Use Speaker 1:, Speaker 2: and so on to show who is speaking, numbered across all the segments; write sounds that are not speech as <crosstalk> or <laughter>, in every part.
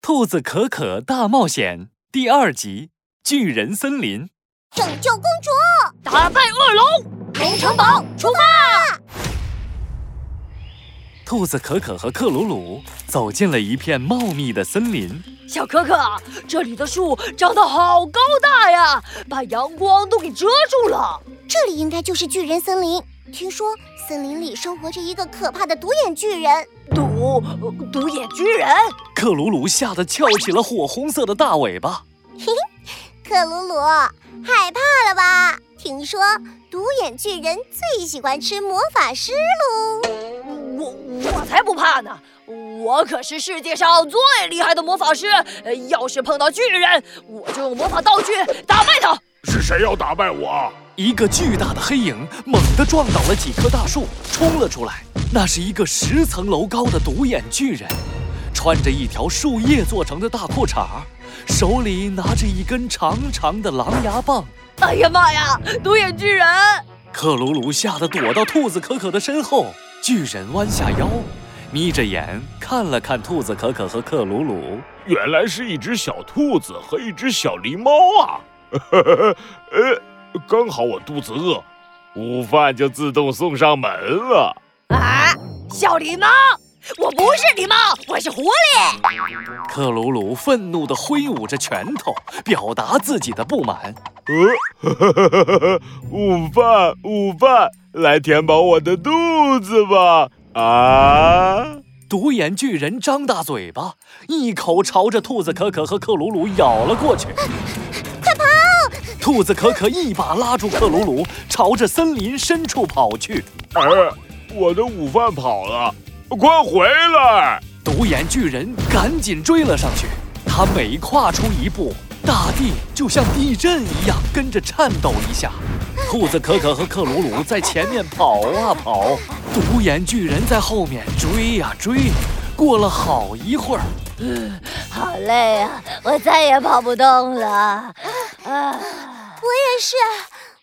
Speaker 1: 兔子可可大冒险》第二集《巨人森林》。
Speaker 2: 拯救公主，
Speaker 3: 打败恶龙，
Speaker 2: 龙城堡出发！
Speaker 1: 兔子可可和克鲁鲁走进了一片茂密的森林。
Speaker 3: 小可可，这里的树长得好高大呀，把阳光都给遮住了。
Speaker 2: 这里应该就是巨人森林。听说森林里生活着一个可怕的独眼巨人。
Speaker 3: 独独眼巨人，
Speaker 1: 克鲁鲁吓得翘起了火红色的大尾巴。
Speaker 2: 克鲁鲁，害怕了吧？听说独眼巨人最喜欢吃魔法师喽。
Speaker 3: 我我才不怕呢！我可是世界上最厉害的魔法师。呃要是碰到巨人，我就用魔法道具打败他。
Speaker 4: 是谁要打败我？
Speaker 1: 一个巨大的黑影猛地撞倒了几棵大树，冲了出来。那是一个十层楼高的独眼巨人，穿着一条树叶做成的大裤衩儿，手里拿着一根长长的狼牙棒。
Speaker 3: 哎呀妈呀！独眼巨人，
Speaker 1: 克鲁鲁吓得躲到兔子可可的身后。巨人弯下腰，眯着眼看了看兔子可可和克鲁鲁。
Speaker 4: 原来是一只小兔子和一只小狸猫啊！ <laughs> 呃，刚好我肚子饿，午饭就自动送上门了。
Speaker 3: 啊，小狸猫，我不是狸猫，我是狐狸。
Speaker 1: 克鲁鲁愤怒地挥舞着拳头，表达自己的不满。
Speaker 4: 呃， <laughs> 午饭，午饭，来填饱我的肚子吧！啊！
Speaker 1: 独眼巨人张大嘴巴，一口朝着兔子可可和克鲁鲁咬了过去。
Speaker 2: <laughs> 快跑！
Speaker 1: 兔子可可一把拉住克鲁鲁，朝着森林深处跑去。
Speaker 4: 儿，哎我的午饭跑了，快回来！
Speaker 1: 独眼巨人赶紧追了上去，他每跨出一步，大地就像地震一样跟着颤抖一下。兔子可可和克鲁鲁在前面跑啊跑，独眼巨人在后面追呀、追。过了好一会儿，
Speaker 3: 好累啊，我再也跑不动了。啊，
Speaker 2: 我也是，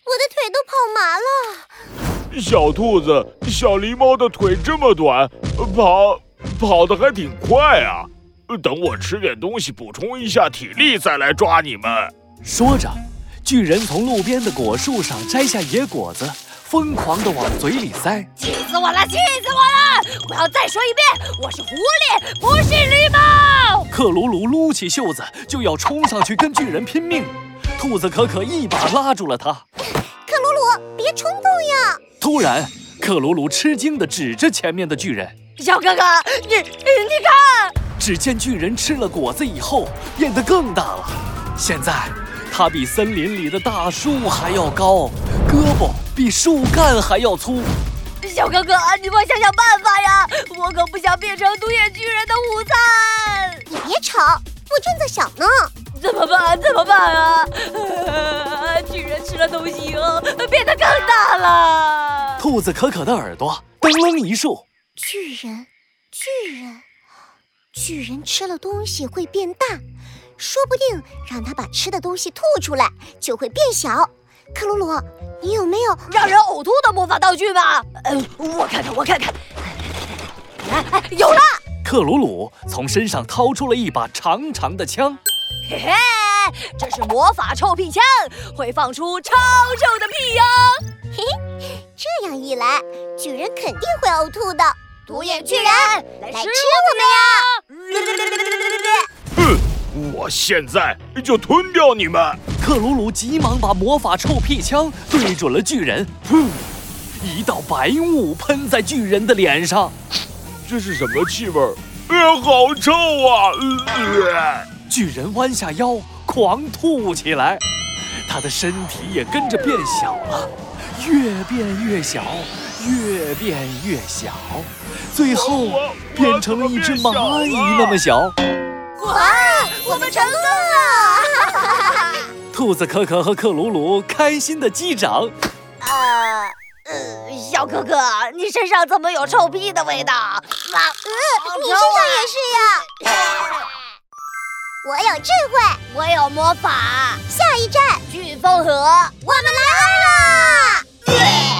Speaker 2: 我的腿都跑麻了。
Speaker 4: 小兔子、小狸猫的腿这么短，跑跑得还挺快啊！等我吃点东西补充一下体力，再来抓你们。
Speaker 1: 说着，巨人从路边的果树上摘下野果子，疯狂地往嘴里塞。
Speaker 3: 气死我了，气死我了！我要再说一遍，我是狐狸，不是狸猫。
Speaker 1: 克鲁鲁撸起袖子就要冲上去跟巨人拼命，兔子可可一把拉住了他。
Speaker 2: 克鲁鲁，别冲动呀！
Speaker 1: 突然，克鲁鲁吃惊地指着前面的巨人。
Speaker 3: 小哥哥，你你你看，
Speaker 1: 只见巨人吃了果子以后变得更大了，现在它比森林里的大树还要高，胳膊比树干还要粗。
Speaker 3: 小哥哥，你快想想办法呀！我可不想变成独眼巨人的午餐，
Speaker 2: 你别吵，我正在想呢。
Speaker 3: 怎么办？怎么办啊？ <laughs> 啊巨人吃了东西以后变得更大了。
Speaker 1: 兔子可可的耳朵噔楞一竖，
Speaker 2: 巨人，巨人，巨人吃了东西会变大，说不定让他把吃的东西吐出来就会变小。克鲁鲁，你有没有？
Speaker 3: 让人呕吐的魔法道具吧？呃，我看看，我看看，哎哎，有了！
Speaker 1: 克鲁鲁从身上掏出了一把长长的枪。
Speaker 3: 嘿嘿，这是魔法臭屁枪，会放出超臭的屁哟！
Speaker 2: 这样一来，巨人肯定会呕吐的。独眼巨人
Speaker 3: 来
Speaker 2: 来
Speaker 3: 吃
Speaker 2: 吃我们呀！
Speaker 4: 哼，我现在就吞掉你们！
Speaker 1: 克鲁鲁急忙把魔法臭屁枪对准了巨人，噗！一道白雾喷在巨人的脸上，
Speaker 4: 这是什么气味儿？呃，好臭啊！呃
Speaker 1: 巨人弯下腰狂吐起来，他的身体也跟着变小了，越变越小，越变越小，最后
Speaker 4: 我我
Speaker 1: 变成了一只
Speaker 4: 怎么
Speaker 1: 蚂
Speaker 4: 变
Speaker 1: 蚁
Speaker 4: 小了
Speaker 1: 那么小。
Speaker 2: 哇，我们成功了！
Speaker 1: 兔子可可和克鲁鲁开心的击掌，
Speaker 3: 呃呃，小哥哥，你身上怎么有臭屁的味道？啊，
Speaker 2: 你身上也是呀。我有智慧，
Speaker 3: 我有魔法，
Speaker 2: 下一站
Speaker 3: 飓风河。
Speaker 2: 我们来啦！